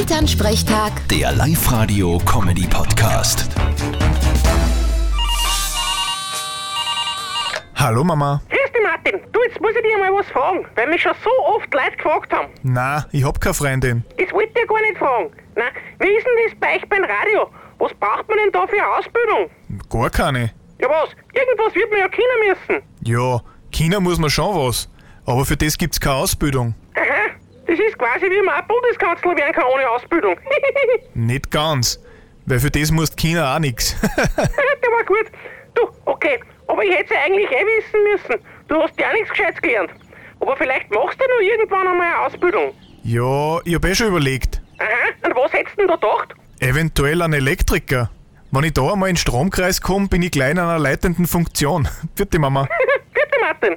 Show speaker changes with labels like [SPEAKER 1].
[SPEAKER 1] Elternsprechtag,
[SPEAKER 2] Der Live-Radio-Comedy-Podcast.
[SPEAKER 3] Hallo Mama.
[SPEAKER 4] Grüß dich, Martin. Du, jetzt muss ich dir mal was fragen, weil mich schon so oft Leute gefragt haben.
[SPEAKER 3] Na, ich hab keine Freundin.
[SPEAKER 4] Das wollte ich ja gar nicht fragen. Na, wie ist denn das bei euch beim Radio? Was braucht man denn da für eine Ausbildung?
[SPEAKER 3] Gar keine.
[SPEAKER 4] Ja was, irgendwas wird man ja können müssen.
[SPEAKER 3] Ja, China muss man schon was. Aber für das gibt's keine Ausbildung.
[SPEAKER 4] Aha, das ist quasi wie man auch Bundeskanzler werden kann ohne Ausbildung.
[SPEAKER 3] Nicht ganz. Weil für das musst China auch nix.
[SPEAKER 4] Der war gut. Du, okay, aber ich hätte ja eigentlich eh wissen müssen. Du hast ja auch nichts Gescheites gelernt. Aber vielleicht machst du noch irgendwann einmal eine Ausbildung.
[SPEAKER 3] ja, ich hab eh schon überlegt.
[SPEAKER 4] Aha, an was hättest du denn da gedacht?
[SPEAKER 3] Eventuell ein Elektriker. Wenn ich da einmal in den Stromkreis komme, bin ich gleich in einer leitenden Funktion. Vierte Mama.
[SPEAKER 4] Bitte, Martin.